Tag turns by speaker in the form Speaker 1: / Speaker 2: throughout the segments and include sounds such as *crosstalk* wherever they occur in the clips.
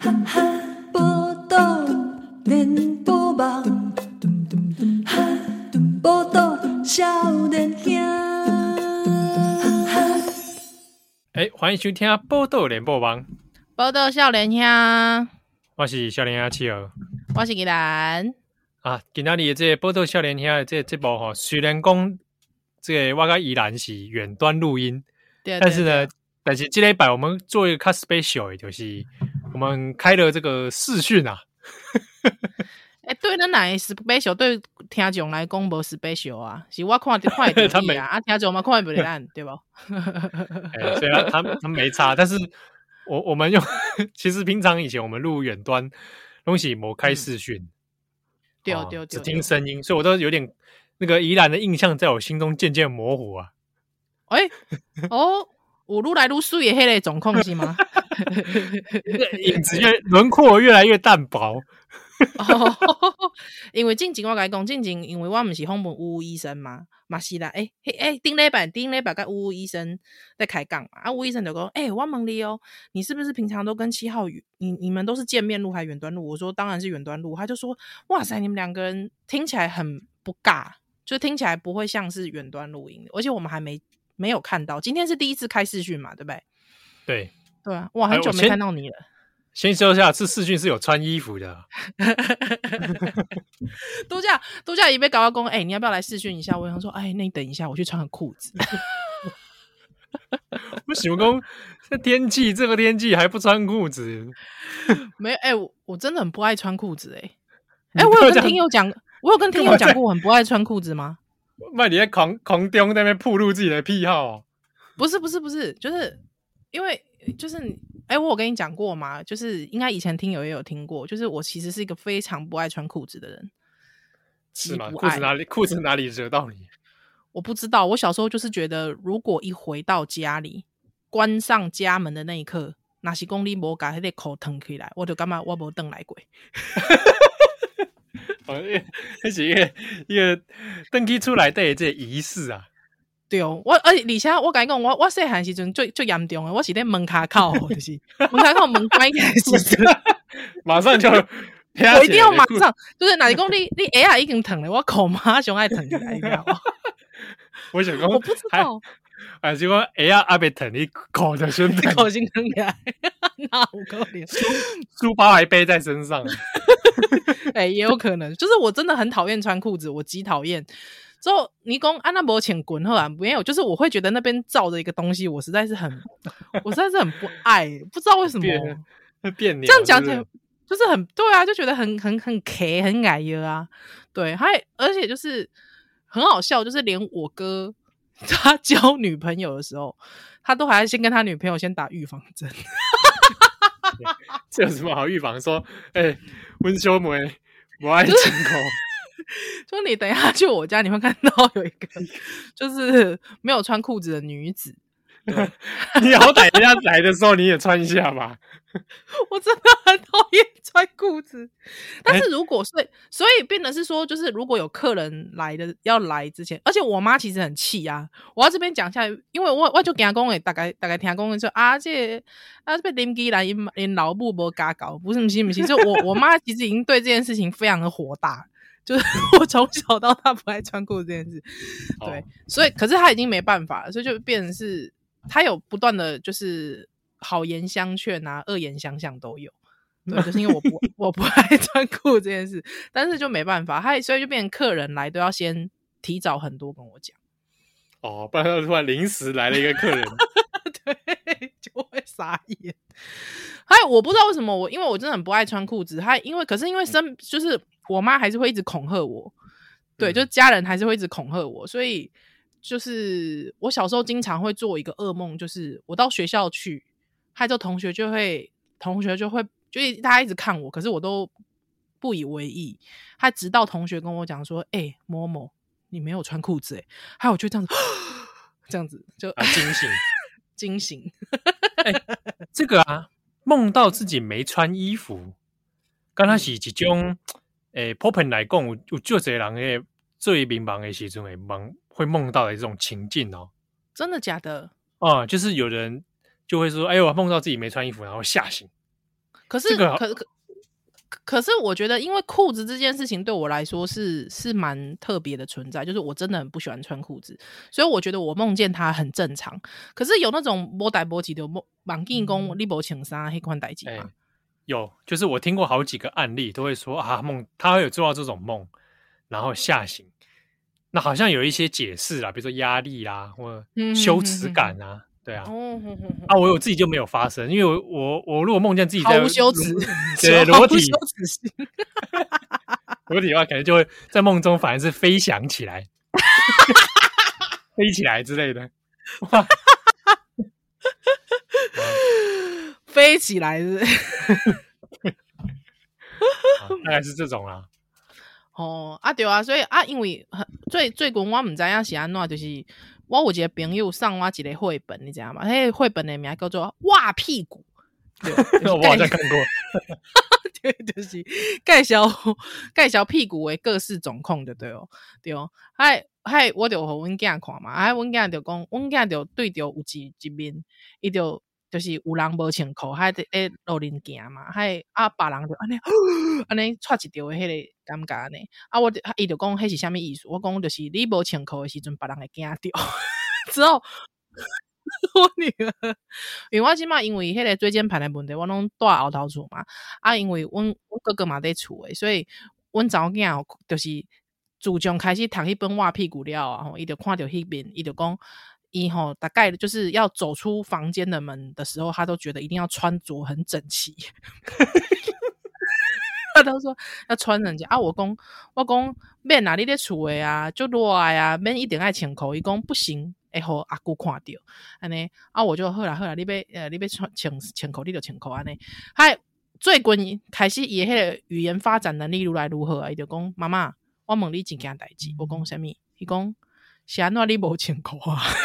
Speaker 1: 报道连波网，报道少年兄。
Speaker 2: 哎，欢迎收听《波豆联播网》，
Speaker 3: 报道少年兄，
Speaker 2: 我是少年阿七儿
Speaker 3: 我是吉兰。
Speaker 2: 啊。今仔日的这个《波豆少年兄》的这个节目吼，虽然讲这个我跟依然是远端录音，
Speaker 3: 对，
Speaker 2: 但是
Speaker 3: 对，
Speaker 2: 呢，但是这礼拜我们做一个较 special 的，就是我们开了这个视讯
Speaker 3: *laughs*
Speaker 2: 啊，
Speaker 3: 哎，对咱哪 special 对听众来讲无 special 啊，是我看得看得
Speaker 2: 他
Speaker 3: 到
Speaker 2: 们 *laughs*
Speaker 3: 你啊，啊听众嘛看不得咱对不？
Speaker 2: 哎，虽然他他没差，但是我我们用 *laughs* 其实平常以前我们录远端东西没开视讯，
Speaker 3: 嗯对
Speaker 2: *laughs* 哦
Speaker 3: 对
Speaker 2: 只
Speaker 3: 对，
Speaker 2: 听声音，所以我都有点那个宜兰的印象在我心中渐渐模糊啊。
Speaker 3: 哎，哦，有愈来愈水的迄个状况是吗？ *laughs*
Speaker 2: 影子越轮廓越来越淡薄。
Speaker 3: 哦， *laughs* 因为进前我甲你讲，进前因为我毋是访问呜呜医生嘛，嘛是啦，诶、欸、诶、欸，顶礼拜顶礼拜甲呜呜医生在开讲嘛，啊，呜医生就讲，诶、我问你哦，你是不是平常都跟七号远你你们都是见面录还远端录？我说当然是远端录，他就说，哇塞，你们两个人听起来很不尬，就听起来不会像是远端录音，而且我们还没没有看到，今天是第一次开视讯嘛，对不对？
Speaker 2: 对，
Speaker 3: 对啊，哇，
Speaker 2: 哎
Speaker 3: 很久
Speaker 2: 我
Speaker 3: 没
Speaker 2: 先
Speaker 3: 看到你了。
Speaker 2: 先说一下，是视讯是有穿衣服的，
Speaker 3: *laughs* 度假度假也被搞到公，哎、你要不要来试训一下？我想说，哎、那你等一下，我去穿个裤子。
Speaker 2: 我想讲，这天气这个天气还不穿裤子，
Speaker 3: 没有，哎、我我真的很不爱穿裤子、哎哎、我有跟听友讲，我有跟听友讲过我很不爱穿裤子吗？
Speaker 2: 麦你在狂狂丢在那边暴露自己的癖好、哦。
Speaker 3: 不是，不是，不是，就是因为就是你，哎、我有跟你讲过吗？就是应该以前听友也有听过，就是我其实是一个非常不爱穿裤子的人，
Speaker 2: 是吗？
Speaker 3: 极不
Speaker 2: 裤子
Speaker 3: 爱。
Speaker 2: 哪里裤子哪里惹到你？
Speaker 3: 我不知道，我小时候就是觉得，如果一回到家里，关上家门的那一刻，那是公里无把迄个口腾起来，我就感觉我无登来过。
Speaker 2: 哦，那是一个一个登基出来的这个仪式
Speaker 3: *laughs*
Speaker 2: 啊。
Speaker 3: 对哦，我而且而且我甲你讲，我我细汉时阵最最严重诶，我是咧门卡口，就是门卡口门关起来的 *laughs* 时阵，
Speaker 2: 马上就
Speaker 3: 我
Speaker 2: 我
Speaker 3: 一定要马上，啊就是哪是讲你你鞋啊已经疼了，我口马上爱疼起来，你知道吗？
Speaker 2: 我想讲，
Speaker 3: *laughs* 我不知 *laughs* 道，
Speaker 2: 还，啊，结果哎呀，阿伯疼你口的胸疼，
Speaker 3: 口心疼起来， *laughs* 那有可能？
Speaker 2: 书包还背在身上。
Speaker 3: 哎、也有可能，就是我真的很讨厌穿裤子，我极讨厌。之后你讲安娜伯请滚后啊，没有，就是我会觉得那边罩着一个东西，我实在
Speaker 2: *laughs*
Speaker 3: 是很，我实在是很不爱，不知道为什么。
Speaker 2: 别人变脸，
Speaker 3: 这样讲起
Speaker 2: 是
Speaker 3: 来
Speaker 2: 不是
Speaker 3: 就是很对啊，就觉得很很很 K 很矮耶啊，对，还而且就是很好笑，就是连我哥他交女朋友的时候，他都还先跟他女朋友先打预防针，
Speaker 2: 这有什么好预防？说，哎、温修梅，我爱进口，
Speaker 3: 说你等一下去我家，你会看到有一个就是没有穿裤子的女子，
Speaker 2: *laughs* 你好歹人家来的时候你也穿一下吧。
Speaker 3: 我真的很讨厌穿裤子。但是如果所以所以变得是说，就是如果有客人来的要来之前，而且我妈其实很气啊。我要这边讲一下，因为我我就跟她讲诶，大概大概听她讲说啊，这啊这边邻居来因因老母无嘎搞，不是不是不是，就我我妈其实已经对这件事情非常的火大。就是 *laughs* 我从小到大不爱穿裤子这件事，对
Speaker 2: 哦，
Speaker 3: 所以可是他已经没办法了，所以就变成是他有不断的就是好言相劝啊，恶言相向都有。对，就是因为我不我不爱穿裤这件事，但是就没办法，他所以就变成客人来都要先提早很多跟我讲，
Speaker 2: 哦，不然突然临时来了一个客人，
Speaker 3: 对， *laughs* 就会傻眼。还有我不知道为什么我，因为我真的很不爱穿裤子，还因为可是因为身就是我妈还是会一直恐吓我，对，
Speaker 2: 嗯
Speaker 3: 就家人还是会一直恐吓我，所以就是我小时候经常会做一个噩梦，就是我到学校去，还有同学就会同学就会就是大家一直看我，可是我都不以为意，还直到同学跟我讲说，哎、某某你没有穿裤子、欸，哎，还有我就这样子。 *gasps* 这样子就
Speaker 2: 啊，惊醒。
Speaker 3: 惊醒，
Speaker 2: *laughs* 这个啊，梦到自己没穿衣服，刚开始一种，诶、普遍来讲，有有就这人诶最迷茫的时阵会梦会梦到的这种情境哦，
Speaker 3: 真的假的？
Speaker 2: 啊、就是有人就会说，哎呦，我梦到自己没穿衣服，然后吓醒。
Speaker 3: 可是，
Speaker 2: 这个好
Speaker 3: 可可可可是，我觉得，因为裤子这件事情对我来说是是蛮特别的存在，就是我真的很不喜欢穿裤子，所以我觉得我梦见它很正常。可是有那种摸歹摸起的梦，网进攻立博请杀黑款代金
Speaker 2: 嗯哎
Speaker 3: 嘛？
Speaker 2: 有，就是我听过好几个案例，都会说啊梦，他会有做到这种梦，然后吓醒。那好像有一些解释啦，比如说压力啦，或
Speaker 3: 嗯
Speaker 2: 羞耻感啊，对啊。
Speaker 3: 哦，哼哼哼
Speaker 2: 啊，我我自己就没有发生，因为我我我如果梦见自己
Speaker 3: 毫
Speaker 2: 在
Speaker 3: 无羞耻，
Speaker 2: 嗯对
Speaker 3: 毫
Speaker 2: 裸
Speaker 3: 无
Speaker 2: 体
Speaker 3: 羞耻
Speaker 2: *laughs*
Speaker 3: 心。
Speaker 2: 裸体的话，可能就会在梦中反而是飞翔起
Speaker 3: *laughs*
Speaker 2: 来，飞起来之类的。哇，
Speaker 3: 飞起来是不是
Speaker 2: 啊大概是这种
Speaker 3: *laughs*
Speaker 2: 啦。
Speaker 3: 哦啊对啊，所以啊，因为很最最近我毋知影是安怎，就是我有一个朋友送我一个绘本，你知影嘛？迄、个绘本的名叫做《哇屁股》，对，就是
Speaker 2: 我 *laughs* 好
Speaker 3: 介
Speaker 2: 像看过，
Speaker 3: 对，就是介绍介绍屁股为各式状况的对哦，对哦，嗨嗨，我就互阮囝看嘛，啊，阮囝就讲，阮囝就对着有一一面，伊就就是有人无穿裤，还伫咧路边行嘛，还啊别人就安尼 *gasps* 安尼窜一条迄个感觉安尼，啊，我就啊伊就讲迄是啥物意思？我讲就是你无穿裤的时阵，别人会惊着， *laughs* 之后。 *laughs* 我女儿，因为我即嘛因为迄个椎间盘的问题，我拢住后头厝嘛，啊，因为阮阮哥哥嘛伫厝诶，所以阮查某囝哦就是自从开始读迄本画屁股了啊，吼，伊就看着迄边，伊就讲。伊吼大概就是要走出房间的门的时候，他都觉得一定要穿着很整齐。 *laughs* 他都说要穿人家啊，我讲我讲免啊，你咧厝诶啊，就热啊，免一定爱穿裤。伊讲不行，会互阿姑看着安尼啊，我就好啦好啦，你要呃你要穿穿穿裤，你就穿裤安尼。嗨，最近开始伊的迄个语言发展能力如来如何啊？伊就讲妈妈，我问你一件代志，我讲啥物？伊讲是安怎你无穿裤啊？ *laughs*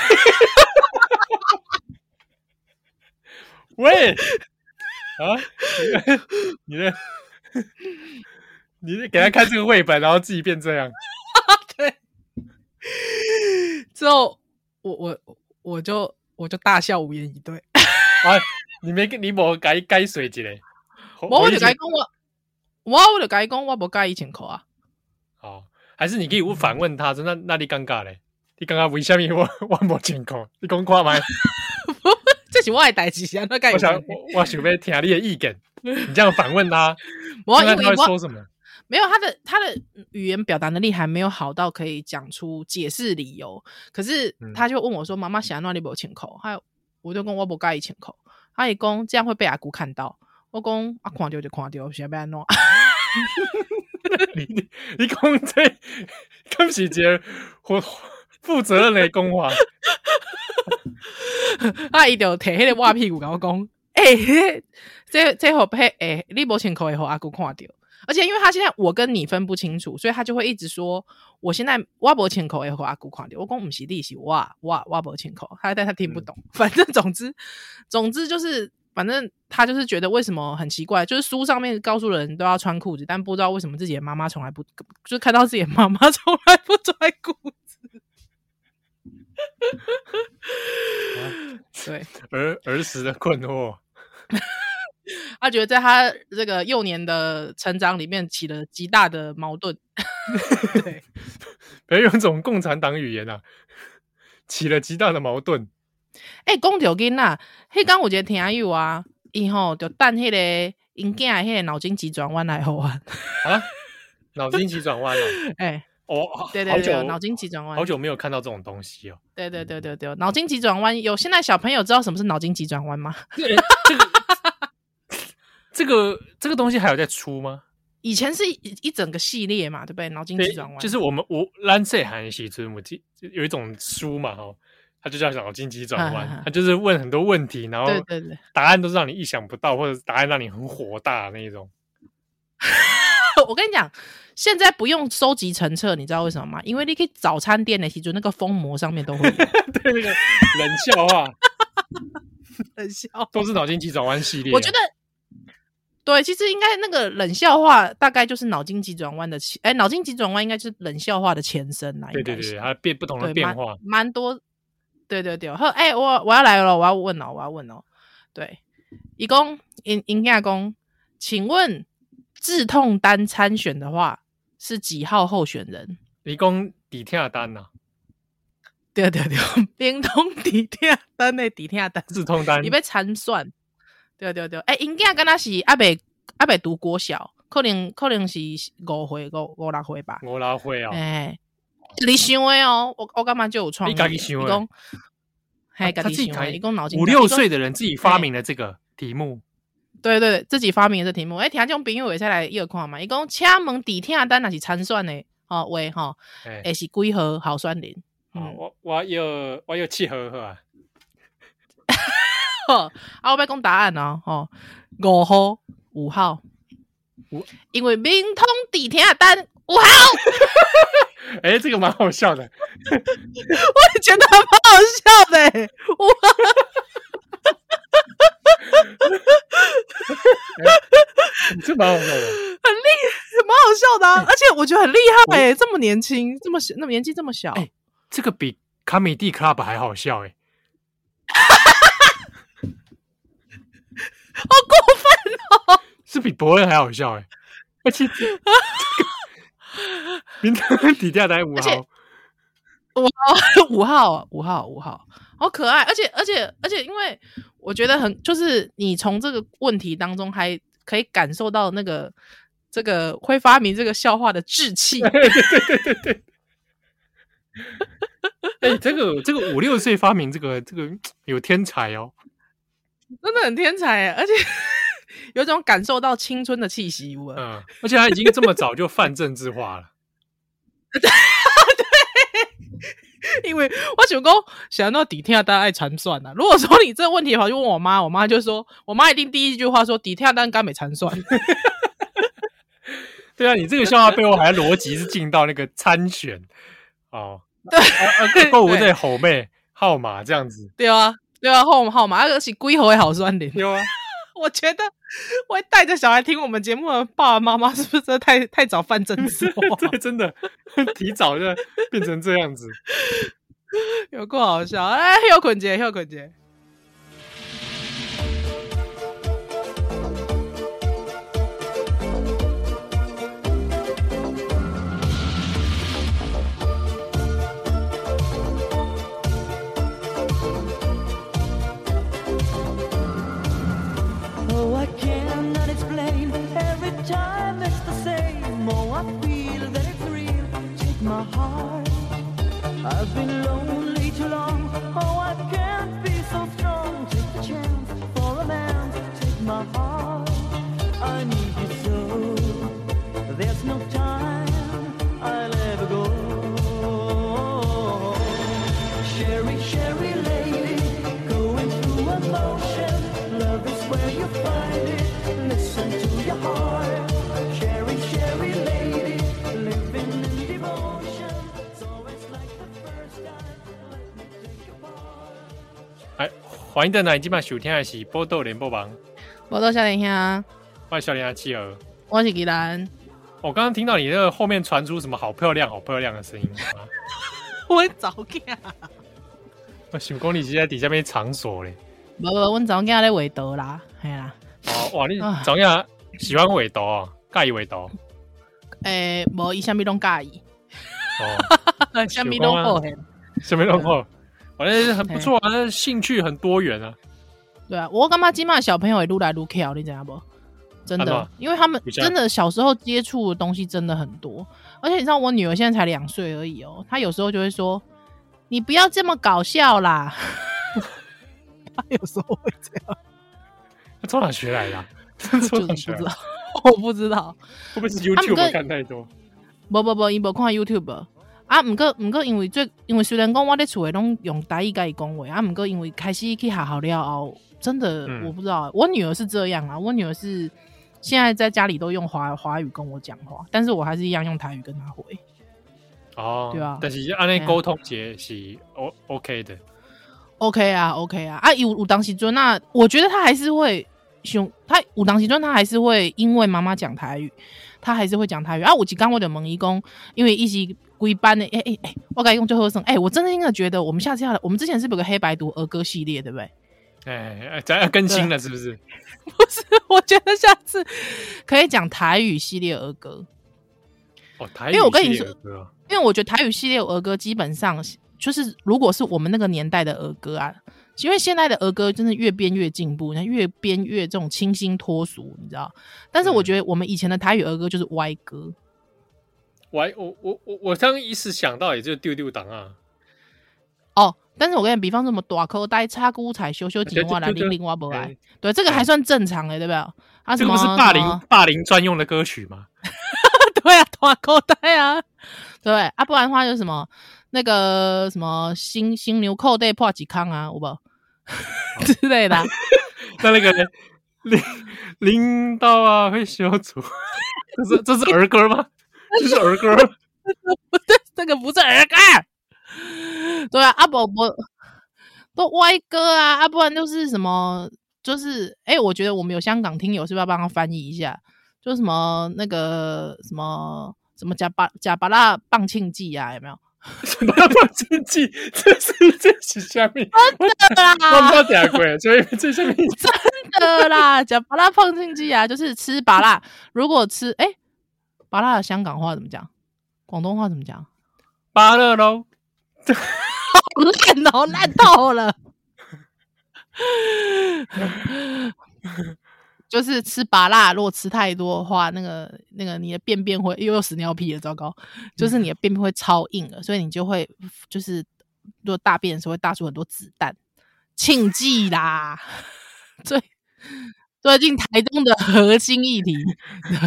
Speaker 2: 喂，啊，你的你的给他看这个绘本，然后自己变这样，
Speaker 3: 之后我我我就我就大笑无言以对。
Speaker 2: 啊，你没跟你某改改水之嘞？
Speaker 3: *laughs* 我我就甲伊
Speaker 2: 改
Speaker 3: 讲我，我我就甲伊讲我无介意穿裤啊。
Speaker 2: 好，哦还是你可以反问他说，那那你尴尬嘞？你刚刚为什么我我没健康？你讲看麦，
Speaker 3: 这是我的代志，是安怎介意
Speaker 2: 我想
Speaker 3: *laughs* 穿裤？
Speaker 2: 我我想要听你的意见，你这样反问他，
Speaker 3: *laughs* 我因
Speaker 2: 看看他
Speaker 3: 为
Speaker 2: 会
Speaker 3: 我
Speaker 2: 说什么？
Speaker 3: 没有他的他的嗯语言表达能力还没有好到可以讲出解释理由，可是
Speaker 2: 嗯
Speaker 3: 他就问我说：“妈妈想让你无请口？”还有我就跟我不介意请口，他也讲这样会被阿姑看到。我讲啊，看到就看到，想要安怎样？
Speaker 2: 你你你讲这， *laughs* 刚是一个我负责任的讲话。
Speaker 3: *laughs* 啊，伊就摕迄个我屁股甲我讲， *laughs* 诶、欸，这这互迄诶，你无穿裤会互阿姑看到。而且因为他现在我跟你分不清楚，所以他就会一直说我现在我无穿裤会互阿姑看到。我讲毋是你是我我我无穿裤，他但他听不懂。反正总之总之就是。反正他就是觉得为什么很奇怪，就是书上面告诉人都要穿裤子，但不知道为什么自己的妈妈从来不，就是看到自己的妈妈从来不穿裤子。对，
Speaker 2: 儿儿时的困惑。
Speaker 3: 他觉得在他这个幼年的成长里面起了极大的
Speaker 2: *laughs*
Speaker 3: 矛盾。对，
Speaker 2: 不要哎用这种共产党语言啊，起了极大的矛盾。
Speaker 3: 哎、欸，讲着囡仔，迄刚有一个听友啊，伊吼就等迄、个因囝迄个脑筋急转弯来好玩。 *laughs*
Speaker 2: 脑筋急转弯了，
Speaker 3: 哎、
Speaker 2: *laughs* 哦，
Speaker 3: 对
Speaker 2: 好
Speaker 3: 对对，
Speaker 2: 久
Speaker 3: 脑筋急转弯
Speaker 2: 好，久没有看到这种东西哦。
Speaker 3: 对对对对对，脑筋急转弯有。现在小朋友知道什么是脑筋急转弯吗？
Speaker 2: 这个这个东西还有在出吗？
Speaker 3: 以前是一一整个系列嘛，对不对？脑筋急转弯
Speaker 2: 就是我们我兰塞韩西村，我记有一种书嘛，哦，它就叫脑筋急转
Speaker 3: 嗯嗯
Speaker 2: 弯
Speaker 3: 嗯，
Speaker 2: 它就是问很多问题，然后
Speaker 3: 对对对。 *laughs*
Speaker 2: 答案都是让你意想不到，或者是答案让你很火大那一种。 *laughs*
Speaker 3: 我跟你讲，现在不用收集成册，你知道为什么吗？因为你可以早餐店的时候，那个封膜上面
Speaker 2: *laughs*
Speaker 3: 都会有
Speaker 2: 对，
Speaker 3: *laughs*
Speaker 2: 那个冷笑话
Speaker 3: 很笑。
Speaker 2: 都是脑筋急转弯系列啊。
Speaker 3: 我觉得对，其实应该那个冷笑话大概就是脑筋急转弯的前，哎，脑筋急转弯应该就是冷笑话的前身啦。
Speaker 2: 对
Speaker 3: 应
Speaker 2: 对
Speaker 3: 该
Speaker 2: 对，
Speaker 3: 是
Speaker 2: 它变不同的
Speaker 3: 对
Speaker 2: 变
Speaker 3: 蛮
Speaker 2: 化，
Speaker 3: 蛮多。对对对，呵，哎、我我要来了，我要问哦，我要问哦。对，一公银银亚公，请问止痛单参选的话是几号候选人？ *laughs*
Speaker 2: 你讲底下单呐，
Speaker 3: 对对对，冰冻底贴单的底贴单，
Speaker 2: 自通单
Speaker 3: 你，被参算。对对对，哎、因囝敢若是阿北阿北读国小，可能可能是五岁五五六岁吧。
Speaker 2: 我拉会啊，
Speaker 3: 哎、你想的哦，我我感觉就有创意？
Speaker 2: 你自己想的
Speaker 3: 伊讲，还
Speaker 2: 他
Speaker 3: 家
Speaker 2: 他自
Speaker 3: 己
Speaker 2: 己
Speaker 3: 想的，
Speaker 2: 开
Speaker 3: 伊讲脑筋
Speaker 2: 五
Speaker 3: 急
Speaker 2: 六
Speaker 3: 伊讲
Speaker 2: 岁的人自己
Speaker 3: 哎
Speaker 2: 发明了这个题目，
Speaker 3: 对对对，自己发明的题目。哎、听众朋友会使来约看嘛？伊讲请问底听单若是参选的哦，喂吼，
Speaker 2: 哎
Speaker 3: 会、，是几号候选人？
Speaker 2: 好
Speaker 3: 嗯，
Speaker 2: 我我又我又契合啊，
Speaker 3: *laughs* 好，啊，我要讲答案哦，吼、五号，五号
Speaker 2: 五，
Speaker 3: 因为明通啊底听单五号，
Speaker 2: 哎，这个蛮好笑的， *laughs*
Speaker 3: 我 *laughs* 觉得蛮好笑的、欸，五号
Speaker 2: 这蛮好笑的，
Speaker 3: 蛮好笑的、
Speaker 2: *laughs*
Speaker 3: 啊，而且我觉得很厉害、欸，这么年轻，这么小，那么年纪这么小，
Speaker 2: 哎这个比卡米蒂 club 还好笑哎，
Speaker 3: *laughs* 好过分。哦
Speaker 2: 是比伯恩还好笑哎，而且这
Speaker 3: *laughs*
Speaker 2: 这个名堂底下单五
Speaker 3: 而且
Speaker 2: 号，
Speaker 3: 五号，啊五号，五号，好可爱！而且，而且，而且，因为我觉得很，就是你从这个问题当中还可以感受到那个这个会发明这个笑话的志气。
Speaker 2: *laughs* 哎，这个这个五六岁发明这个这个有天才哦，
Speaker 3: 真的很天才耶，而且 *laughs* 有种感受到青春的气息。我、
Speaker 2: 嗯，而且他已经这么早就泛政治化了。
Speaker 3: 因为我想讲，想到底下单爱参算呐、啊。如果说你这个问题跑去问我妈，我妈就说，我妈一定第一句话说底下单干没参算。
Speaker 2: 对啊，你这个笑话背后还逻辑是进到那个参选 *laughs* 哦，
Speaker 3: 对，
Speaker 2: 购物
Speaker 3: 对
Speaker 2: 队吼妹号码这样子，
Speaker 3: *laughs* 对啊，对啊，号号码，而且龟头也好酸的。
Speaker 2: *laughs*
Speaker 3: *laughs*
Speaker 2: 有啊，
Speaker 3: 我觉得会带着小孩听我们节目的爸爸妈妈，是不是真的太太早犯政治化？
Speaker 2: 对，真的提早就变成这样子。
Speaker 3: *laughs* 有够好笑！哎，佑坤姐，佑坤姐，
Speaker 1: Oh, I cannot explain. Every time it's the same. Oh, I feel that it's real. Take my heart. I've been lonely too long. Oh, I can't be so strong. Take the chance for a man. Take my heart. I need you so. There's no time I'll ever go. Sherry, Sherry lady, going through emotion. Love is where you find it. Listen to your heart. Sherry, Sherry lady, living in devotion. So it's like the first time. Let me take your part.
Speaker 2: 哎，欢迎邓奶，今晚收听的是《波豆联播榜》，
Speaker 3: 我到夏天兄，
Speaker 2: 欢迎小林阿七儿。
Speaker 3: 我是吉兰，
Speaker 2: 我刚刚听到你那个后面传出什么“好漂亮，好漂亮”的声音，啊
Speaker 3: *laughs* 我早啊嫁，
Speaker 2: 我想讲你是在底下面场所嘞。
Speaker 3: 无无，我早嫁咧画图啦，系啦，
Speaker 2: 哦，哇，你
Speaker 3: 啊
Speaker 2: 怎样喜欢尾刀啊？介意尾刀
Speaker 3: 诶、呃无伊啥物拢介意，
Speaker 2: *laughs* 哦，啊
Speaker 3: 啥物拢好嘿。
Speaker 2: 什么弄
Speaker 3: 啊
Speaker 2: 过？反正很不错啊，那兴趣很多元啊。
Speaker 3: 对啊，我感觉今麦小朋友也愈来愈巧，你知影不？真
Speaker 2: 安怎
Speaker 3: 的，因为他们
Speaker 2: 啊比较
Speaker 3: 真的小时候接触的东西真的很多，而且你知道我女儿现在才两岁而已哦，她有时候就会说：“你不要这么搞笑啦。”她有时候会这样，
Speaker 2: 那从哪学来的啊？
Speaker 3: *laughs* 就
Speaker 2: 从
Speaker 3: 是
Speaker 2: 哪
Speaker 3: 不
Speaker 2: 学来
Speaker 3: 知
Speaker 2: 的 *laughs*
Speaker 3: 道？，我不知道。
Speaker 2: 会不会是
Speaker 3: 他们
Speaker 2: YouTube
Speaker 3: 跟
Speaker 2: 看太多？
Speaker 3: 无无无，伊无看 YouTube 啊，毋过毋过，因为最因为虽然讲我伫厝诶拢用台语甲伊讲话啊，毋过因为开始去学校了后，真的、
Speaker 2: 嗯
Speaker 3: 我不知道，我女儿是这样啊，我女儿是现在在家里都用华华语跟我讲话，但是我还是一样用台语跟她回。
Speaker 2: 哦，
Speaker 3: 对啊
Speaker 2: 但是按
Speaker 3: 哎
Speaker 2: 那
Speaker 3: 呀
Speaker 2: 沟通节是 O OK 的，
Speaker 3: OK 啊，OK 啊，啊有有当时阵啊，我觉得她还是会想他有当时阵他还是会因为妈妈讲台语，他还是会讲台语啊。有一刚我的问伊讲，因为一起归班的，诶诶诶，我该用最后生，诶、我真的真的觉得我们下次要来，我们之前是不是有个黑白读儿歌系列，对不对？ *laughs*
Speaker 2: 哎，哎咱要更新了是不是？
Speaker 3: 不是，我觉得下次可以讲台语系列儿歌，
Speaker 2: 哦，台
Speaker 3: 因为我跟你说
Speaker 2: 说，
Speaker 3: 因为我觉得台语系列儿歌基本上就是如果是我们那个年代的儿歌啊，因为现在的儿歌真的越编越进步，那越编越这种清新脱俗，你知道？但是
Speaker 2: 嗯
Speaker 3: 我觉得我们以前的台语儿歌就是歪歌，
Speaker 2: 我还我我我我刚一时想到也就丢丢档啊，
Speaker 3: 哦，但是我跟你比方说什么短口呆、叉姑彩、修修锦蛙来、
Speaker 2: 对对对
Speaker 3: 零零蛙不来
Speaker 2: 哎，
Speaker 3: 对，这个还算正常的，对不对？啊，什
Speaker 2: 这个
Speaker 3: 么
Speaker 2: 不是霸
Speaker 3: 什
Speaker 2: 凌
Speaker 3: 么 *laughs*
Speaker 2: 霸凌专用的歌曲吗？ *laughs*
Speaker 3: 对啊，短口袋啊，对啊，不然的话就是什么那个什么新新牛扣带破几康啊，我不 *laughs* 之类的啊、
Speaker 2: 那那个 *laughs* 呢领领导啊会修足， *laughs* 这是这是儿歌
Speaker 3: *laughs*
Speaker 2: 吗？这是儿歌吗，
Speaker 3: 这个不是儿歌，对啊，啊不不都歪歌啊，啊不然就是什么就是哎、我觉得我们有香港听友是不是要帮他翻译一下？就什么那个什么什么假巴假巴拉棒庆记啊，有没有？
Speaker 2: 什么不经济？这是这是下面
Speaker 3: 对啊，
Speaker 2: 我不点鬼，所以这下面
Speaker 3: 的啦，讲巴拉胖进去啊，就是吃巴拉。如果吃哎，巴拉的香港话怎么讲？广东话怎么讲？
Speaker 2: 芭乐喽。
Speaker 3: 烂哦，烂透 *laughs* 了。就是吃巴辣，如果吃太多的话，那个那个你的便便会又又屎尿屁了，糟糕！就是你的便便会超硬了，所以你就会就是如果大便的时候会大出很多子弹，庆忌 *laughs* 啦！最最近台中的核心议题，对。，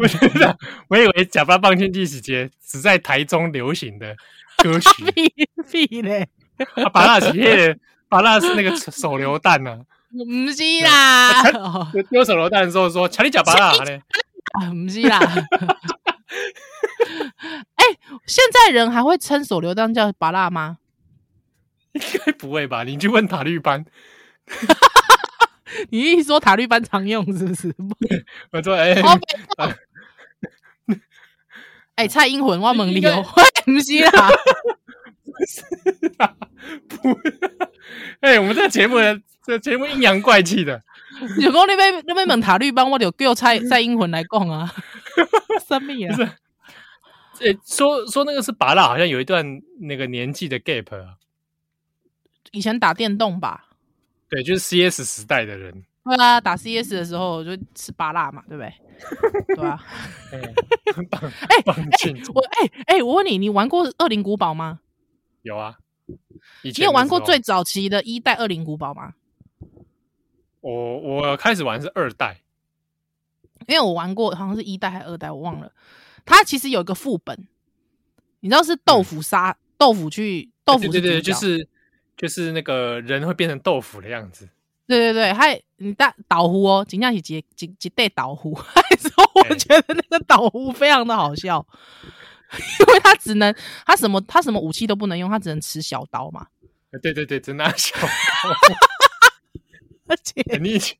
Speaker 2: 我觉得我以为假发棒经济时节只在台中流行的歌曲
Speaker 3: 屁屁 *laughs* 嘞，
Speaker 2: 啊，把那企业，把那是那个手榴弹呢、
Speaker 3: 不是 *laughs* 啦，哦
Speaker 2: 啊，丢手榴弹的时候说“抢你假巴拉嘞
Speaker 3: 啊，不是啦。哎、现在人还会称手榴弹叫“拔辣”吗？”，
Speaker 2: 应该不会吧？你去问塔利班，
Speaker 3: 你一说塔利班常用是不是？哦，
Speaker 2: 我说：“哎、
Speaker 3: 没错。哎、蔡英文，我问你
Speaker 2: 应
Speaker 3: 哦，不是啦，
Speaker 2: *laughs* 不，哎、我们这节目的这节目阴阳怪气的，
Speaker 3: 如果你被你被问塔利班，我就叫蔡蔡英文来讲啊。 *laughs* 什么
Speaker 2: 不
Speaker 3: 呀
Speaker 2: 是？哎、说说那个是拔蜡，好像有一段那个年纪的 gap 啊，
Speaker 3: 以前打电动吧，
Speaker 2: 对，就是 CS 时代的人，
Speaker 3: 对啊，打 CS 的时候就吃拔辣嘛，对不对？对啊。 *laughs*
Speaker 2: *laughs* 哎、棒哎棒庆祝
Speaker 3: 我哎哎、我问你，你玩过《恶灵古堡》吗？
Speaker 2: 有啊，以前
Speaker 3: 你有
Speaker 2: 的
Speaker 3: 玩
Speaker 2: 时
Speaker 3: 过
Speaker 2: 候
Speaker 3: 最早期的一代《恶灵古堡》吗？
Speaker 2: 我我开始玩是二代，
Speaker 3: 因为我玩过，好像是一代还是二代，我忘了。它其实有一个副本，你知道是豆腐杀、豆腐去豆腐
Speaker 2: 嗯对对对，
Speaker 3: 主角
Speaker 2: 就是就是那个人会变成豆腐的样子，
Speaker 3: 对对对，还你大导呼哦，尽量是几几几对导呼， *laughs* 还说我
Speaker 2: 对
Speaker 3: 觉得那个导呼非常的好笑， *laughs* 因为他只能他什么他什么武器都不能用，他只能持小刀嘛， *laughs*
Speaker 2: 对对对，真的啊小刀。
Speaker 3: 而且
Speaker 2: 你以前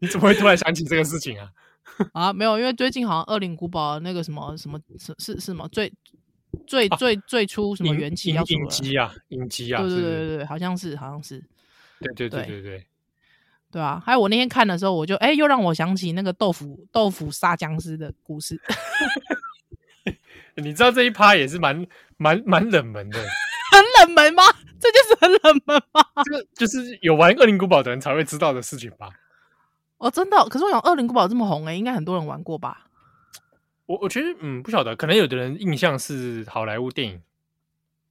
Speaker 2: 你怎么会突然想起这个事情啊？
Speaker 3: 啊，没有，因为最近好像《恶灵古堡》那个什么什么是是是什么最最
Speaker 2: 啊
Speaker 3: 最最初什么
Speaker 2: 影
Speaker 3: 缘起
Speaker 2: 影
Speaker 3: 要出
Speaker 2: 影
Speaker 3: 了，
Speaker 2: 集啊，影集啊，
Speaker 3: 对
Speaker 2: 是
Speaker 3: 对
Speaker 2: 不
Speaker 3: 对
Speaker 2: 是
Speaker 3: 对对，好像是好像是，
Speaker 2: 对对对
Speaker 3: 对
Speaker 2: 对对，
Speaker 3: 对啊。还有我那天看的时候，我就哎、又让我想起那个豆腐豆腐杀僵尸的故事， *laughs*
Speaker 2: 你知道这一趴也是蛮蛮蛮冷门的，
Speaker 3: 很冷门吗？这件事很冷门吗？
Speaker 2: 这个就是有玩《恶灵古堡》的人才会知道的事情吧？
Speaker 3: 哦，真的哦，可是我想《恶灵古堡》这么红哎、应该很多人玩过吧？
Speaker 2: 我我觉得嗯，不晓得，可能有的人印象是好莱坞电影，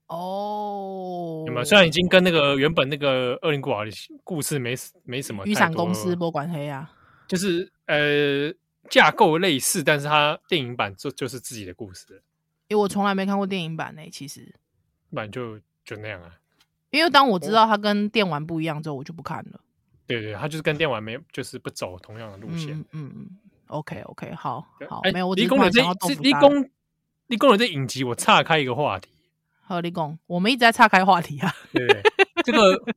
Speaker 3: 哦，
Speaker 2: 有没有？虽然已经跟那个原本那个《恶灵古堡》的故事没没什么
Speaker 3: 雨
Speaker 2: 太
Speaker 3: 伞公
Speaker 2: 多
Speaker 3: 司不管黑啊，
Speaker 2: 就是呃架构类似，但是它电影版就就是自己的故事了，
Speaker 3: 因为我从来没看过电影版哎、其实。
Speaker 2: 不然就就那样啊。
Speaker 3: 因为当我知道它跟电玩不一样之后，我就不看了。
Speaker 2: 对对，它就是跟电玩没就是不走同样的路线。
Speaker 3: 嗯嗯嗯，OK OK，好
Speaker 2: 对
Speaker 3: 好，
Speaker 2: 哎
Speaker 3: 没有，我只
Speaker 2: 立
Speaker 3: 是
Speaker 2: 功的
Speaker 3: 突然
Speaker 2: 这
Speaker 3: 想到豆
Speaker 2: 这
Speaker 3: 腐
Speaker 2: 立
Speaker 3: 渣。
Speaker 2: 功立功的这影集，我岔开一个话题， *laughs*
Speaker 3: 好，立功，我们一直在岔开话题啊。
Speaker 2: 对不对？这个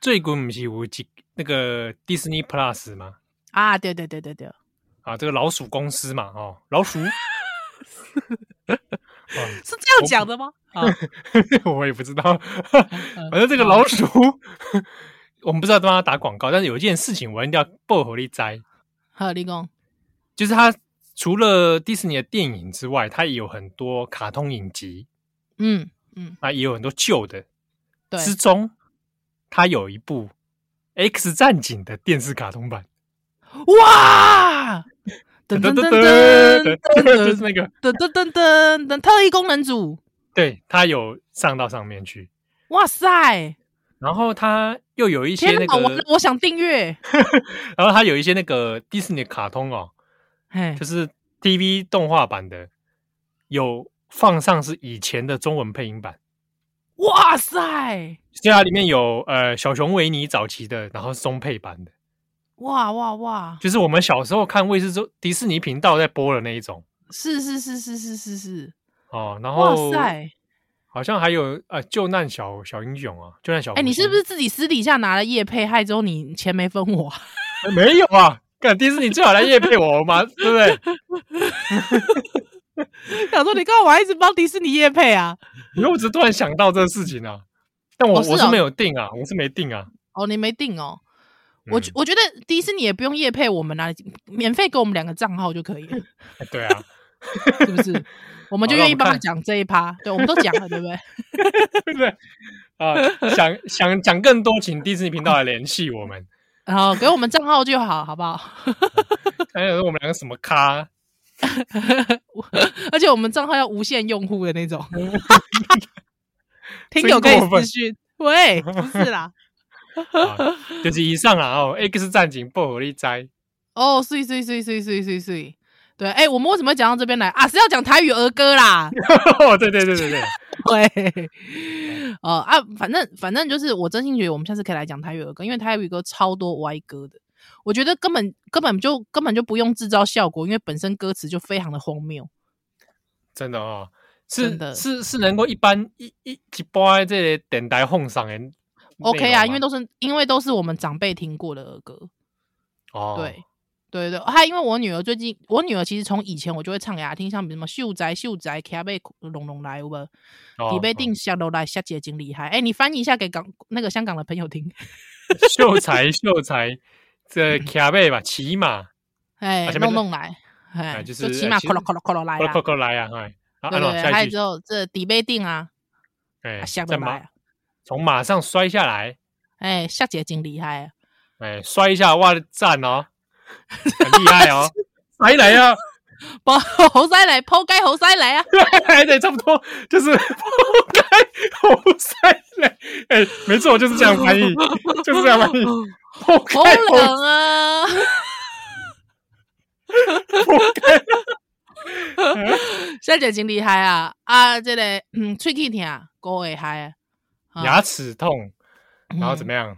Speaker 2: 最近不是有一那个 Disney Plus 嘛，
Speaker 3: 啊，对对对对对，
Speaker 2: 啊，这个老鼠公司嘛，哦，老 *laughs* 鼠，哇
Speaker 3: 是这样讲的吗？啊，
Speaker 2: 我也不知道， *laughs* 反正这个老鼠，我们不知道帮他打广告，但是有一件事情我一定要爆火力摘，
Speaker 3: 好，立功
Speaker 2: 就是它除了迪士尼的电影之外，它也有很多卡通影集，
Speaker 3: 嗯嗯，
Speaker 2: 啊，也有很多旧的，
Speaker 3: 对，
Speaker 2: 之中，它有一部《X 战警》的电视卡通版，
Speaker 3: 哇，噔
Speaker 2: 噔
Speaker 3: 噔
Speaker 2: 噔
Speaker 3: 噔
Speaker 2: 噔
Speaker 3: 噔
Speaker 2: 噔
Speaker 3: 噔
Speaker 2: 就是
Speaker 3: 噔
Speaker 2: 那个，
Speaker 3: 噔噔噔噔，特异功能组，
Speaker 2: 对，它有上到上面去，
Speaker 3: 哇塞，
Speaker 2: 然后它又有一些
Speaker 3: 天
Speaker 2: 那
Speaker 3: 哪，完了
Speaker 2: 个，
Speaker 3: 我想订阅，
Speaker 2: 然后它有一些那个迪士尼的卡通哦，
Speaker 3: 嘿
Speaker 2: 就，是 TV 动画版的，有放上是以前的中文配音版。
Speaker 3: 哇塞，
Speaker 2: 所以它里面有呃小熊维尼早期的，然后是中配版的，
Speaker 3: 哇哇哇，
Speaker 2: 就是我们小时候看卫视中迪士尼频道在播的那一种
Speaker 3: 是是是是是是是，
Speaker 2: 哦。然
Speaker 3: 哇
Speaker 2: 后
Speaker 3: 塞，
Speaker 2: 好像还有呃救难小小英雄啊，救难小
Speaker 3: 哎，你
Speaker 2: 红心
Speaker 3: 是不是自己私底下拿了叶配，害之后你钱没分我？
Speaker 2: 哎没有啊？干迪士尼最好来夜配我嘛，对不对？
Speaker 3: 想说你干嘛一直帮迪士尼叶配啊？
Speaker 2: 因为我只是突然想到这个事情啊，但我、
Speaker 3: 哦是哦
Speaker 2: 我是没有定啊，我是没定啊。
Speaker 3: 哦，你没定哦。我觉
Speaker 2: 嗯
Speaker 3: 我觉得迪士尼也不用业配我们啊，免费给我们两个账号就可以了，
Speaker 2: 哎 *laughs* 对啊，
Speaker 3: 是不是？我们就
Speaker 2: 好让
Speaker 3: 愿意
Speaker 2: 我们
Speaker 3: 帮他
Speaker 2: 看
Speaker 3: 讲这一趴，对，我们都讲了，对不对？ *laughs*
Speaker 2: 对不对？啊、想想讲更多，请迪士尼频道来联系我们。
Speaker 3: 然后给我们账号就好，好不好？
Speaker 2: 还有哎我们两个什么咖，
Speaker 3: 而且我们账号要无限用户的
Speaker 2: *laughs*
Speaker 3: 那种，听
Speaker 2: 真
Speaker 3: 友可以
Speaker 2: 过分
Speaker 3: 私讯。喂，不是啦，
Speaker 2: 啊、就是以上啊哦，X 战警不合力哉。
Speaker 3: 哦，碎碎碎碎碎碎碎，对，哎、我们为什么会讲到这边来啊？是要讲台语儿歌啦，
Speaker 2: *laughs* 哦，对对对对对，
Speaker 3: 对，
Speaker 2: 嗯
Speaker 3: 呃啊，反正反正就是，我真心觉得我们下次可以来讲台语儿歌，因为台语歌超多歪歌的，我觉得根本根本就根本就不用制造效果，因为本身歌词就非常的荒谬。
Speaker 2: 真的哦，
Speaker 3: 真
Speaker 2: 是
Speaker 3: 的
Speaker 2: 是是能够一般一一一般的这个电台哄上的内容吗。
Speaker 3: OK 啊，因为都是因为都是我们长辈听过的儿歌，
Speaker 2: 哦，
Speaker 3: 对。对对，还因为我女儿最近，我女儿其实从以前我就会唱给她听，像比如什么秀宅秀宅，卡贝龙龙来，有没有？
Speaker 2: 哦，
Speaker 3: 底贝定下楼来，下姐真厉害。哎，你翻译一下给港那个香港的朋友听。
Speaker 2: 哦秀才秀才，这
Speaker 3: 嗯
Speaker 2: 卡背吧，骑马，
Speaker 3: 哎，
Speaker 2: 啊前面
Speaker 3: 弄
Speaker 2: 是
Speaker 3: 弄来，哎，
Speaker 2: 哎就是
Speaker 3: 起
Speaker 2: 哎
Speaker 3: 码
Speaker 2: 其
Speaker 3: 咯咯
Speaker 2: 实
Speaker 3: 咯咯咯咯来
Speaker 2: 快
Speaker 3: 啦
Speaker 2: 快，快来啊！哎，啊
Speaker 3: 对
Speaker 2: 按
Speaker 3: 对
Speaker 2: 照
Speaker 3: 对，还
Speaker 2: 下一
Speaker 3: 有之
Speaker 2: 句，
Speaker 3: 后这底杯定啊，
Speaker 2: 哎
Speaker 3: 啊，下得
Speaker 2: 在
Speaker 3: 来
Speaker 2: 马
Speaker 3: 啊，
Speaker 2: 从马上摔下来，
Speaker 3: 哎，下姐真厉害啊， *laughs*
Speaker 2: 哎，摔一下，哇，赞哦，很厉害
Speaker 3: *laughs*
Speaker 2: 哦，来来 *laughs* 啊，
Speaker 3: 包猴塞来，剖开猴塞来啊，
Speaker 2: 对，差不多就是不该猴塞雷，哎，没错，就是这样翻
Speaker 3: *laughs*
Speaker 2: 译，就是这样翻译，不
Speaker 3: 好啊
Speaker 2: 该猴
Speaker 3: 冷啊， *laughs* 下姐真厉害啊，啊，这个嗯，喙齿疼，狗会嗨啊，啊嗯
Speaker 2: 牙齿痛，然后怎么样？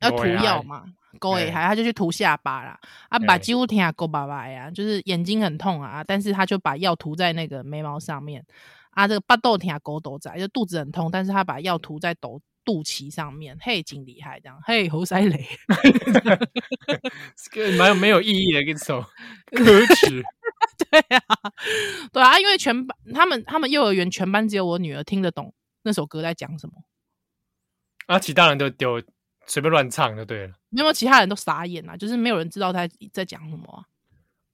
Speaker 3: 要
Speaker 2: 我
Speaker 3: 涂
Speaker 2: 也
Speaker 3: 药
Speaker 2: 爱
Speaker 3: 嘛，勾尾
Speaker 2: 哎
Speaker 3: 还他就去涂下巴啦，
Speaker 2: 哎
Speaker 3: 啊，把几乎听啊勾巴巴呀，就是眼睛很痛啊，但是他就把药涂在那个眉毛上面，啊，这个巴豆听啊勾斗仔，就肚子很痛，但是他把药涂在肚肚脐上面，嘿，真厉害，这样，嘿，猴塞雷，
Speaker 2: *laughs* 这个蛮有没有意义的一
Speaker 3: *laughs*
Speaker 2: 首歌曲。
Speaker 3: *laughs* 对啊，对啊，因为全班他们他们幼儿园全班只有我女儿听得懂那首歌在讲什么，
Speaker 2: 啊，其他人都丢随便乱唱就对了
Speaker 3: 有没有其他人都傻眼啊？就是没有人知道他在讲什么啊。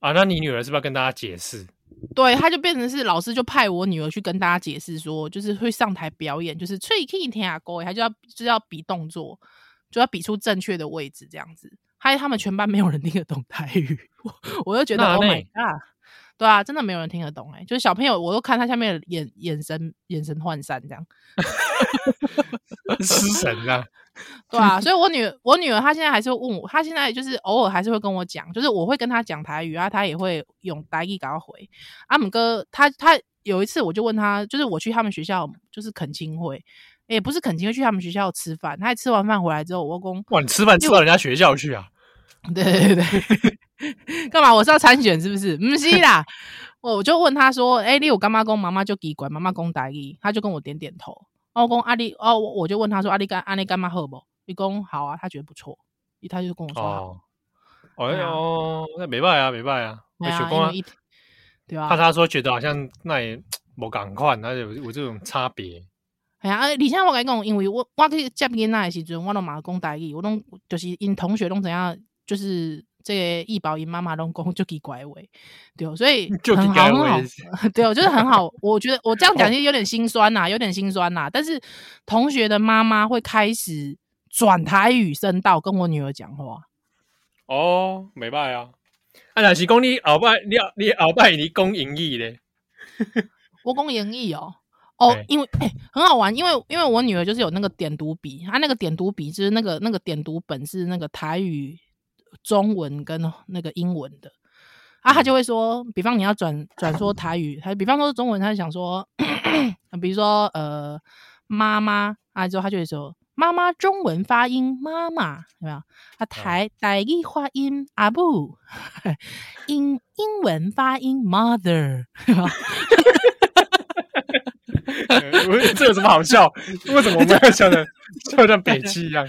Speaker 2: 啊。那你女儿是不是要跟大家解
Speaker 3: *laughs*
Speaker 2: 释？
Speaker 3: 对，他就变成是老师就派我女儿去跟大家解释说，就是会上台表演，就是吹 K 天啊勾，他就要就是要比动作，就要比出正确的位置这样子。害他们全班没有人听得懂台语，我我就觉得
Speaker 2: 那
Speaker 3: Oh my
Speaker 2: 内
Speaker 3: god，对啊，真的没有人听得懂哎、就是小朋友，我都看他下面的眼眼神眼神涣散这样，
Speaker 2: 失神啊！
Speaker 3: 对啊，所以我女我女儿她现在还是会问我，她现在就是偶尔还是会跟我讲，就是我会跟她讲台语啊，她也会用台语给我回。阿姆哥，她她有一次我就问她，就是我去他们学校就是恳亲会，也、不是恳亲会，去他们学校吃饭。她吃完饭回来之后，我公
Speaker 2: 哇，你吃饭吃到人家学校去啊？
Speaker 3: 对 *laughs* 对对对， *laughs* 干嘛？我是要参选是不是？ *laughs* 不是啦，我就问她说，哎、你有干妈公妈妈就给管妈妈公台语，她就跟我点点哦啊头。啊我公阿丽哦，我我就问她说，阿丽干阿丽干妈好不？你公好啊，她觉得不错。伊他就跟我说好，
Speaker 2: 哦，哎
Speaker 3: 对啊
Speaker 2: 呦，那没办啊，没办啊，我
Speaker 3: 哎
Speaker 2: 想
Speaker 3: 呀，
Speaker 2: 讲
Speaker 3: 因
Speaker 2: 啊
Speaker 3: 为一对
Speaker 2: 怕
Speaker 3: 啊，
Speaker 2: 他说觉得好像那也某赶快，那有有这种差别。
Speaker 3: 哎呀，啊而且我甲你讲，因为我我去接囡仔的时阵，我拢嘛讲台语，我拢就是因同学拢怎样，就是这个易宝因妈妈拢讲就奇怪的话，对，所以
Speaker 2: *laughs* 就
Speaker 3: 很哦
Speaker 2: 奇怪的
Speaker 3: 好很
Speaker 2: 话
Speaker 3: 好
Speaker 2: 是，
Speaker 3: 对，我觉得很好。我觉得我这样讲其实有点心酸呐、有点心酸呐、但是同学的妈妈会开始转台语声道跟我女儿讲话，
Speaker 2: 哦，没办啊。啊，若是讲你后摆，你后你后摆你讲英语
Speaker 3: *laughs*
Speaker 2: 咧，
Speaker 3: 我公演绎哦。哦
Speaker 2: 对，
Speaker 3: 因为哎、很好玩，因为因为我女儿就是有那个点读笔，她那个点读笔就是那个那个点读本是那个台语、中文跟那个英文的，啊，她就会说，比方你要转转说台语，她比方说中文，她就想说， *coughs* 比如说呃妈妈啊，之后她就会说妈妈中文发音妈妈有没有？啊台台语发音阿布， *laughs* 英英文发音 mother。
Speaker 2: 呃我这有什么好笑？为什么我们要笑
Speaker 3: *laughs*
Speaker 2: 的笑像北七一样？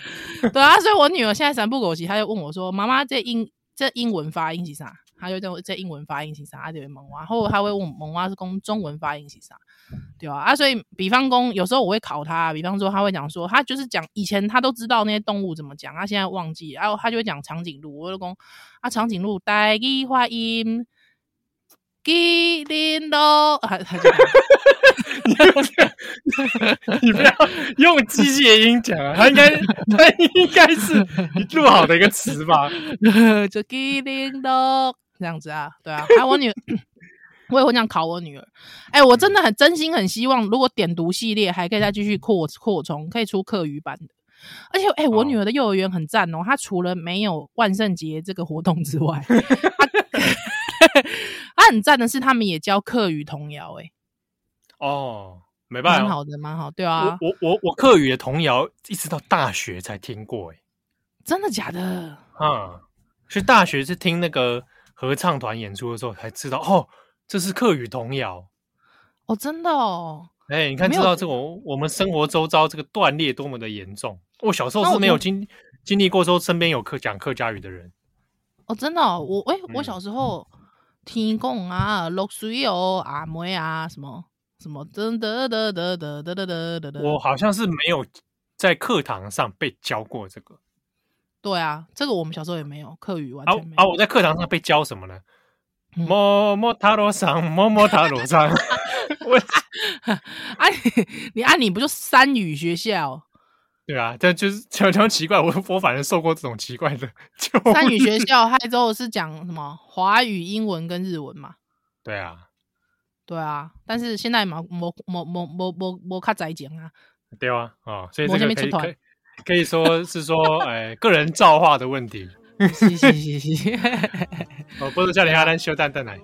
Speaker 3: 对啊，所以我女儿现在三不狗急，她就问我说：“妈妈，这英这英文发音是啥？”她就叫我这英文发音是啥？她就会问我，或者她会问问我是讲中文发音是啥，对啊，啊，所以比方公有时候我会考她，比方说她会讲说，她就是讲以前她都知道那些动物怎么讲，她现在忘记，然后她就会讲长颈鹿，我就讲啊，长颈鹿带一发音。吉林 *laughs* 咯，啊她就
Speaker 2: 你
Speaker 3: *laughs*
Speaker 2: 不要用机械音讲啊，它应该它应该是录好的一个词吧？
Speaker 3: 就机灵的这样子啊，对啊，啊，我女儿， *clears throat* 我也会这样考我女儿。哎、我真的很真心很希望，如果点读系列还可以再继续扩扩充，可以出课余版的。而且，哎、我女儿的幼儿园很赞哦，她除了没有万圣节这个活动之
Speaker 2: *laughs*
Speaker 3: 外，她她很赞的是，他们也教课余童谣，哎，
Speaker 2: 哦，没办
Speaker 3: 蛮
Speaker 2: 法。
Speaker 3: 好的，蛮好，对啊，
Speaker 2: 我我我我客语的童谣一直到大学才听过、欸，
Speaker 3: 真的假的？
Speaker 2: 啊，是大学是听那个合唱团演出的时候才知道，哦，这是客语童谣。
Speaker 3: 哦，真的哦，
Speaker 2: 哎、你看，
Speaker 3: 没
Speaker 2: 知
Speaker 3: 有
Speaker 2: 道这种我们生活周遭这个断裂多么的严重。我小时候
Speaker 3: 那
Speaker 2: 是
Speaker 3: 我
Speaker 2: 没有
Speaker 3: 就
Speaker 2: 经经历过说身边有客讲客家语的人，
Speaker 3: 哦，真的哦、我哎、我
Speaker 2: 嗯
Speaker 3: 小时候听讲啊，落水哦，阿妹啊，什么什么，噔噔噔噔噔噔噔噔噔，
Speaker 2: 我好像是没有在课堂上被教过这个。
Speaker 3: 对啊，这个我们小时候也没有，课语完
Speaker 2: 啊
Speaker 3: 全没有。
Speaker 2: 啊！我在课堂上被教什么呢？
Speaker 3: 嗯
Speaker 2: 摸摸塔罗桑，摸摸塔罗 *laughs*
Speaker 3: *laughs*
Speaker 2: 桑。我
Speaker 3: *laughs* 啊，你你啊，你不就三语学校？
Speaker 2: *laughs* 对啊，但就是常常奇怪，我我反正受过这种奇怪的教
Speaker 3: 三语
Speaker 2: 育。
Speaker 3: 学校，还之后是讲什么华语、英文跟日文嘛？
Speaker 2: 对啊，
Speaker 3: 对啊，但是现在嘛，我我我我我我较在讲啊， *laughs*
Speaker 2: 对啊，哦，所以
Speaker 3: 我
Speaker 2: 这
Speaker 3: 这
Speaker 2: 个
Speaker 3: 边
Speaker 2: 可以
Speaker 3: 出团
Speaker 2: 可以可以说是说，哎，个人造化的问题。
Speaker 3: 是是
Speaker 2: *laughs*
Speaker 3: 是是。
Speaker 2: 哦，波多少年阿咱小蛋蛋来。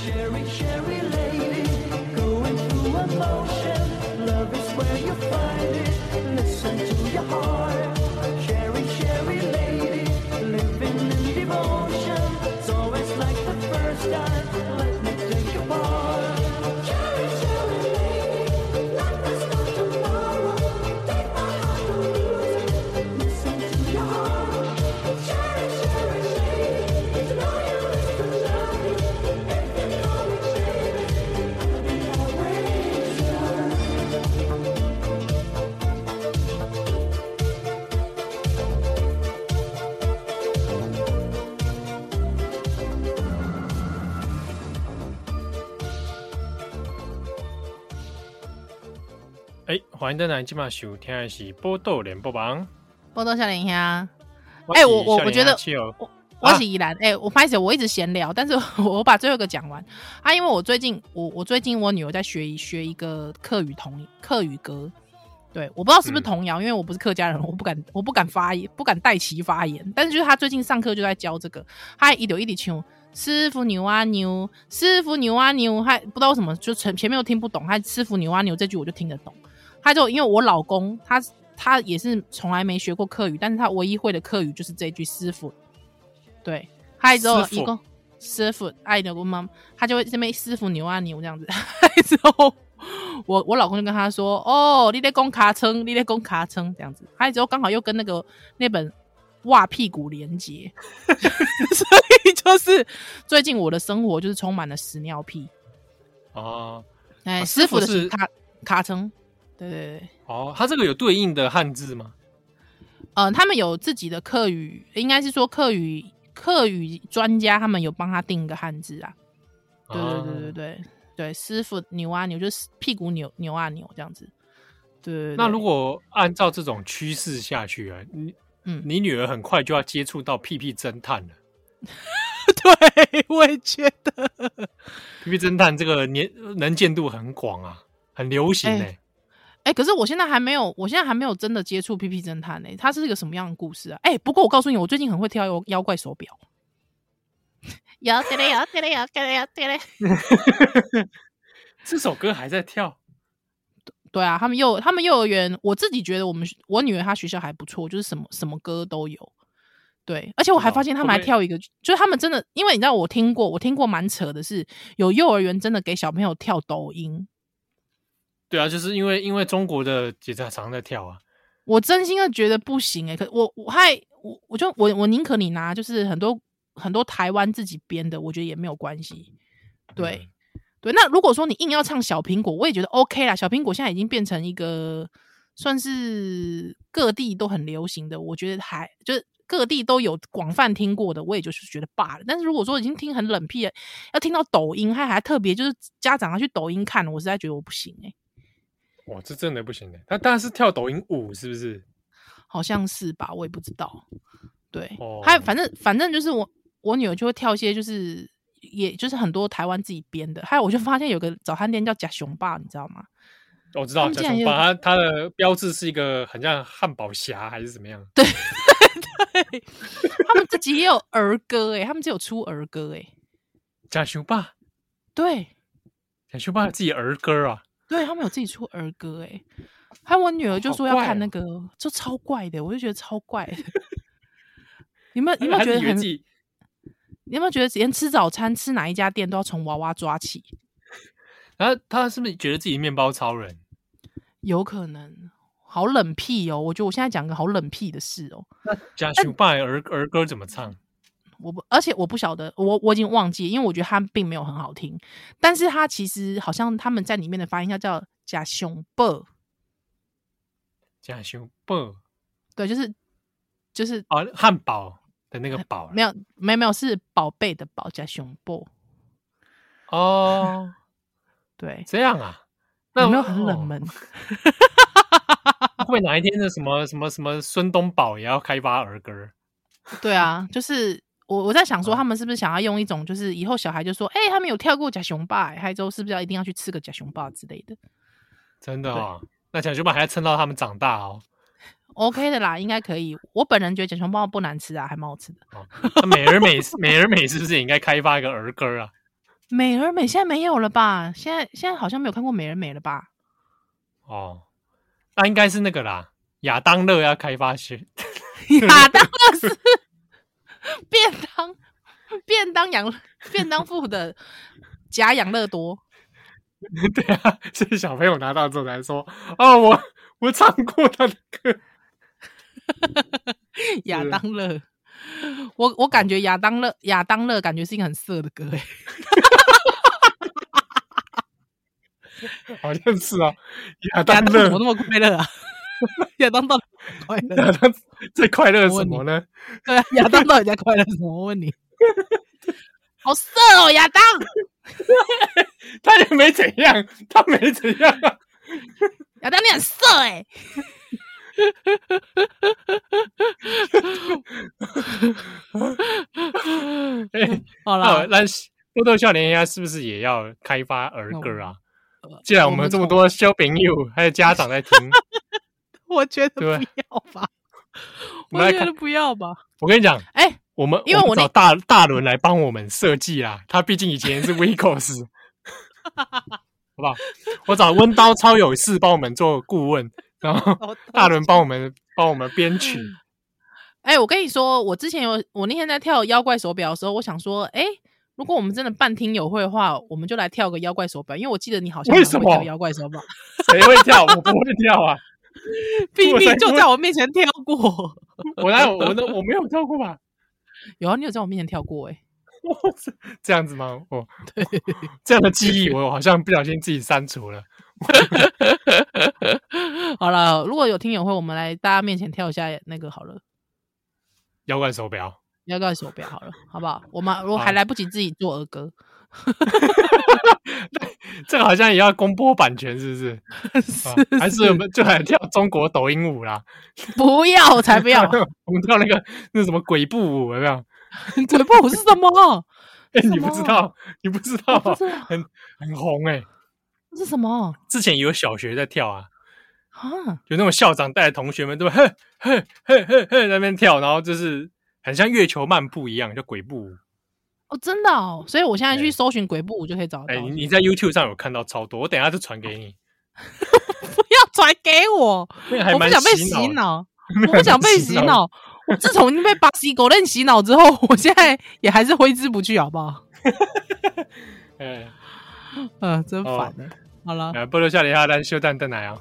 Speaker 1: Sherry, Sherry lady, going through emotion. Love is where you find it. Listen to your heart. Sherry, Sherry lady, living in devotion. It's always like the first time. Let me take your part. Sherry, Sherry lady, life is not tomorrow. Take my heart and music. Listen to your heart. Sherry, Sherry lady, to know you is to love you.
Speaker 2: 哎、欢迎登来，今晚收听的是波豆连播榜。
Speaker 3: 波多笑脸兄，
Speaker 2: 是
Speaker 3: 哎我我
Speaker 2: 少年
Speaker 3: 我觉得
Speaker 2: 阿七哦
Speaker 3: 我
Speaker 2: 啊
Speaker 3: 是依然，哎、我发现我一直闲聊，但是我把最后一个讲完啊，因为我最近我我最近我女儿在学一学一个客语童客语歌，对，我不知道是不
Speaker 2: 嗯
Speaker 3: 是童谣，因为我不是客家人，我不敢我不敢发言，不敢带其发言，但是就是她最近上课就在教这个，她还一溜一滴唱。师傅牛啊牛，师傅牛啊牛，还不知道为什么，就前前面又听不懂，还师傅牛啊牛这句我就听得懂，他就因为我老公他他也是从来没学过客语，但是他唯一会的客语就是这句师傅，对，还有之后
Speaker 2: 师傅
Speaker 3: 一共师傅爱牛妈妈，他就会这边师傅牛啊牛这样子。之后我 *laughs* 我老公就跟他说：“哦，你在攻卡称，你在攻卡称这样子。”他之后刚好又跟那个那本袜屁股连接， *laughs* 所以就是最近我的生活就是充满了屎尿屁。
Speaker 2: 哦
Speaker 3: 哎，
Speaker 2: 啊
Speaker 3: 师傅的
Speaker 2: 师傅是
Speaker 3: 卡卡称，对对对。
Speaker 2: 哦，它这个有对应的汉字吗？
Speaker 3: 呃，他们有自己的客语，应该是说客语客语专家，他们有帮他定一个汉字啊。对对对对
Speaker 2: 啊
Speaker 3: 对、对，师傅牛啊牛就是屁股扭扭啊扭这样子。对对对
Speaker 2: 那如果按照这种趋势下去啊，你
Speaker 3: 嗯
Speaker 2: 你女儿很快就要接触到屁屁侦探了。
Speaker 3: *laughs* 对，我也觉得，
Speaker 2: 屁屁侦探这个年能见度很广啊，很流行欸
Speaker 3: 哎
Speaker 2: 呢、
Speaker 3: 哎、可是我现在还没有，我现在还没有真的接触《屁屁侦探》呢。欸它是一个什么样的故事啊？哎、不过我告诉你，我最近很会挑妖妖怪手表。有对嘞，有对嘞，有对嘞，有对嘞。
Speaker 2: 这首歌还在跳
Speaker 3: 对啊，他们幼他们幼儿园，我自己觉得我们学我女儿她学校还不错，就是什么什么歌都有。对，而且我还
Speaker 2: 是哦
Speaker 3: 发现他们还
Speaker 2: 会不会
Speaker 3: 跳一个，就是他们真的，因为你知道我听过，我听过蛮扯的是，有幼儿园真的给小朋友跳抖音，
Speaker 2: 对啊，就是因为因为中国的也在常在跳啊，
Speaker 3: 我真心的觉得不行诶、可我我还我我就我我宁可你拿就是很多很多台湾自己编的，我觉得也没有关系。对，
Speaker 2: 嗯
Speaker 3: 对，那如果说你硬要唱小苹果，我也觉得 OK 啦。小苹果现在已经变成一个算是各地都很流行的，我觉得还就是各地都有广泛听过的，我也就是觉得罢了。但是如果说已经听很冷僻了，要听到抖音，还还特别就是家长要去抖音看，我实在觉得我不行哎、
Speaker 2: 哇，这真的不行的、欸他当然是跳抖音舞，是不是？
Speaker 3: 好像是吧，我也不知道。对，
Speaker 2: 哦
Speaker 3: 还有反正反正就是我我女儿就会跳一些就是。也就是很多台湾自己编的，还有我就发现有个早餐店叫假熊爸，你知道吗？
Speaker 2: 哦我知
Speaker 3: 他
Speaker 2: 道，
Speaker 3: 们
Speaker 2: 叫
Speaker 3: 竟
Speaker 2: 什么
Speaker 3: 然也有
Speaker 2: 吧？它它的标志是一个很像汉堡侠还是怎么样？
Speaker 3: 他们自己也有儿歌哎、他们只有出儿歌哎、
Speaker 2: 贾修爸，
Speaker 3: 对
Speaker 2: 贾修爸有自己儿歌啊，
Speaker 3: 对，他们有自己出儿歌哎、还有我女儿就
Speaker 2: 好
Speaker 3: 说要
Speaker 2: 怪
Speaker 3: 看
Speaker 2: 哦
Speaker 3: 那个，就超怪的，我就觉得超
Speaker 2: *laughs*
Speaker 3: 怪的你们
Speaker 2: 他
Speaker 3: 你有没有
Speaker 2: 他
Speaker 3: 觉得
Speaker 2: 以为
Speaker 3: 很
Speaker 2: 自？己
Speaker 3: 你有没有觉得连吃早餐吃哪一家店都要从娃娃抓起？
Speaker 2: 然后他是不是觉得自己面包超人？
Speaker 3: 有可能，好冷僻哦！我觉得我现在讲个好冷僻的事哦。
Speaker 2: 那贾修爸儿儿歌怎么唱？
Speaker 3: 我不，而且我不晓得，我我已经忘记，因为我觉得它并没有很好听，但是它其实好像他们在里面的发音要叫假熊伯，
Speaker 2: 贾修爸
Speaker 3: 对，就是就是
Speaker 2: 啊，汉堡的那个堡啊
Speaker 3: 没有，没有，没有，是宝贝的宝加熊抱。
Speaker 2: 哦，
Speaker 3: 对，
Speaker 2: 这样啊？那
Speaker 3: 有没有
Speaker 2: 我
Speaker 3: 很冷？
Speaker 2: 哦 *laughs*
Speaker 3: 门？
Speaker 2: 会不会哪一天的什么什么什么孙东宝也要开发儿歌？
Speaker 3: 对啊，就是我我在想说，
Speaker 2: 嗯
Speaker 3: 他们是不是想要用一种，就是以后小孩就说，哎、他们有跳过假熊爸、欸，还之后是不是要一定要去吃个假熊爸之类的
Speaker 2: 真的啊、那蒋修爸还要撑到他们长大哦。
Speaker 3: ？OK 的啦，应该可以。我本人觉得假熊爸不难吃啊，还蛮好吃的。
Speaker 2: 哦，那美而美 *laughs* 美而美是不是也应该开发一个儿歌啊？
Speaker 3: 美而美现在没有了吧？现在现在好像没有看过美而美了
Speaker 2: *laughs*
Speaker 3: 吧？
Speaker 2: 哦，那应该是那个啦，亚当乐要开发些
Speaker 3: 亚当乐是便当便当养便当富的假养乐多。
Speaker 2: *laughs* 对啊，所以小朋友拿到之后才说：“哦，我我唱过他的歌。
Speaker 3: 亚
Speaker 2: 是
Speaker 3: 当乐，我我感觉亚当乐亚当乐感觉是一个很色的歌哎、欸，”
Speaker 2: 好像是啊，亚
Speaker 3: 亚
Speaker 2: 当
Speaker 3: 当
Speaker 2: 乐
Speaker 3: 怎么，那么快乐啊？ *laughs* 亚当到底快乐？
Speaker 2: *laughs* 亚当最快乐什么呢？
Speaker 3: 对啊，亚当到底在快乐什么？我问你，好色哦，亚当，
Speaker 2: 他也没怎样，他没怎样 *laughs* 啊、
Speaker 3: 亚当你很色哎、
Speaker 2: 哎
Speaker 3: 好
Speaker 2: 那
Speaker 3: 啦，
Speaker 2: 那豆豆笑脸鸭是不是也要开发儿歌啊？
Speaker 3: 呃
Speaker 2: 既然我们这么，多小朋友还有家长在听，
Speaker 3: 我觉得
Speaker 2: 对啊
Speaker 3: 不要吧，
Speaker 2: 我
Speaker 3: 我
Speaker 2: 们来
Speaker 3: 觉
Speaker 2: 看
Speaker 3: 得不要吧。
Speaker 2: 我跟你讲，
Speaker 3: 哎、
Speaker 2: 我们
Speaker 3: 因为
Speaker 2: 我
Speaker 3: 我
Speaker 2: 们
Speaker 3: 那
Speaker 2: 找大大伦来帮我们设计啦，他毕竟以前是 Vicos，好不好？我找温刀超有事帮我们做顾问，然
Speaker 3: *laughs*
Speaker 2: 后
Speaker 3: 好
Speaker 2: 哦大伦帮我们帮我们编曲。
Speaker 3: 哎、我跟你说，我之前有我那天在跳妖怪手表的时候，我想说，哎、如果我们真的办听友会的话，我们就来跳个妖怪手表，因为我记得你好像
Speaker 2: 为
Speaker 3: 很
Speaker 2: 什
Speaker 3: 会
Speaker 2: 么
Speaker 3: 跳妖怪手表，
Speaker 2: 谁会跳？我不会跳啊！
Speaker 3: *laughs* 毕
Speaker 2: 我才
Speaker 3: 竟就
Speaker 2: 不
Speaker 3: 在我面前跳过。
Speaker 2: 我哪有我那我没有跳过吧？
Speaker 3: 有啊，你有在我面前跳过哎、
Speaker 2: 我这这样子吗？我 *laughs* 这样的记忆，我好像不小心自己删除了。
Speaker 3: 好了，如果有听友会，我们来大家面前跳一下那个好了，
Speaker 2: 妖怪手表，
Speaker 3: 妖怪手表好了，好不好？我们我还
Speaker 2: 好
Speaker 3: 来不及自己做儿歌，
Speaker 2: 这个好像也要公播版权，是不
Speaker 3: *laughs*
Speaker 2: 是？啊
Speaker 3: 是
Speaker 2: 还是我们就来跳中国抖音舞啦？！
Speaker 3: 不要，我才不要
Speaker 2: *laughs* 我们跳那个那什么鬼步舞有没有？
Speaker 3: 鬼步舞是什么？
Speaker 2: 哎、
Speaker 3: 什
Speaker 2: 你不
Speaker 3: 么
Speaker 2: 知道，你不知道
Speaker 3: 我不
Speaker 2: 啊，
Speaker 3: 知道
Speaker 2: 很很红哎、
Speaker 3: 这是什么
Speaker 2: 之前也有小学在跳啊，
Speaker 3: 啊？
Speaker 2: 有那种校长带着同学们都哼哼哼哼哼在那边跳，然后就是很像月球漫步一样，叫鬼步舞。
Speaker 3: 哦，真的哦，所以我现在
Speaker 2: 对
Speaker 3: 去搜寻鬼步舞就可以找
Speaker 2: 哎、
Speaker 3: 得到。
Speaker 2: 你你在 YouTube 上有看到超多，我等一下就传给你，
Speaker 3: 不要传给我，
Speaker 2: 那个还
Speaker 3: 哦我不
Speaker 2: 蛮
Speaker 3: 想被
Speaker 2: 脑
Speaker 3: 洗
Speaker 2: 的。 *laughs*
Speaker 3: 脑，
Speaker 2: 没有
Speaker 3: 我不想被
Speaker 2: 人
Speaker 3: 洗。
Speaker 2: *laughs*
Speaker 3: 脑。我自从已经被巴西狗链洗脑之后，我现在也还是挥之不去，好不好？
Speaker 2: 哎，
Speaker 3: 呃，真
Speaker 2: 哦
Speaker 3: 烦的。好了，欸
Speaker 2: 呃啊，波多夏里哈丹秀蛋蛋奶啊，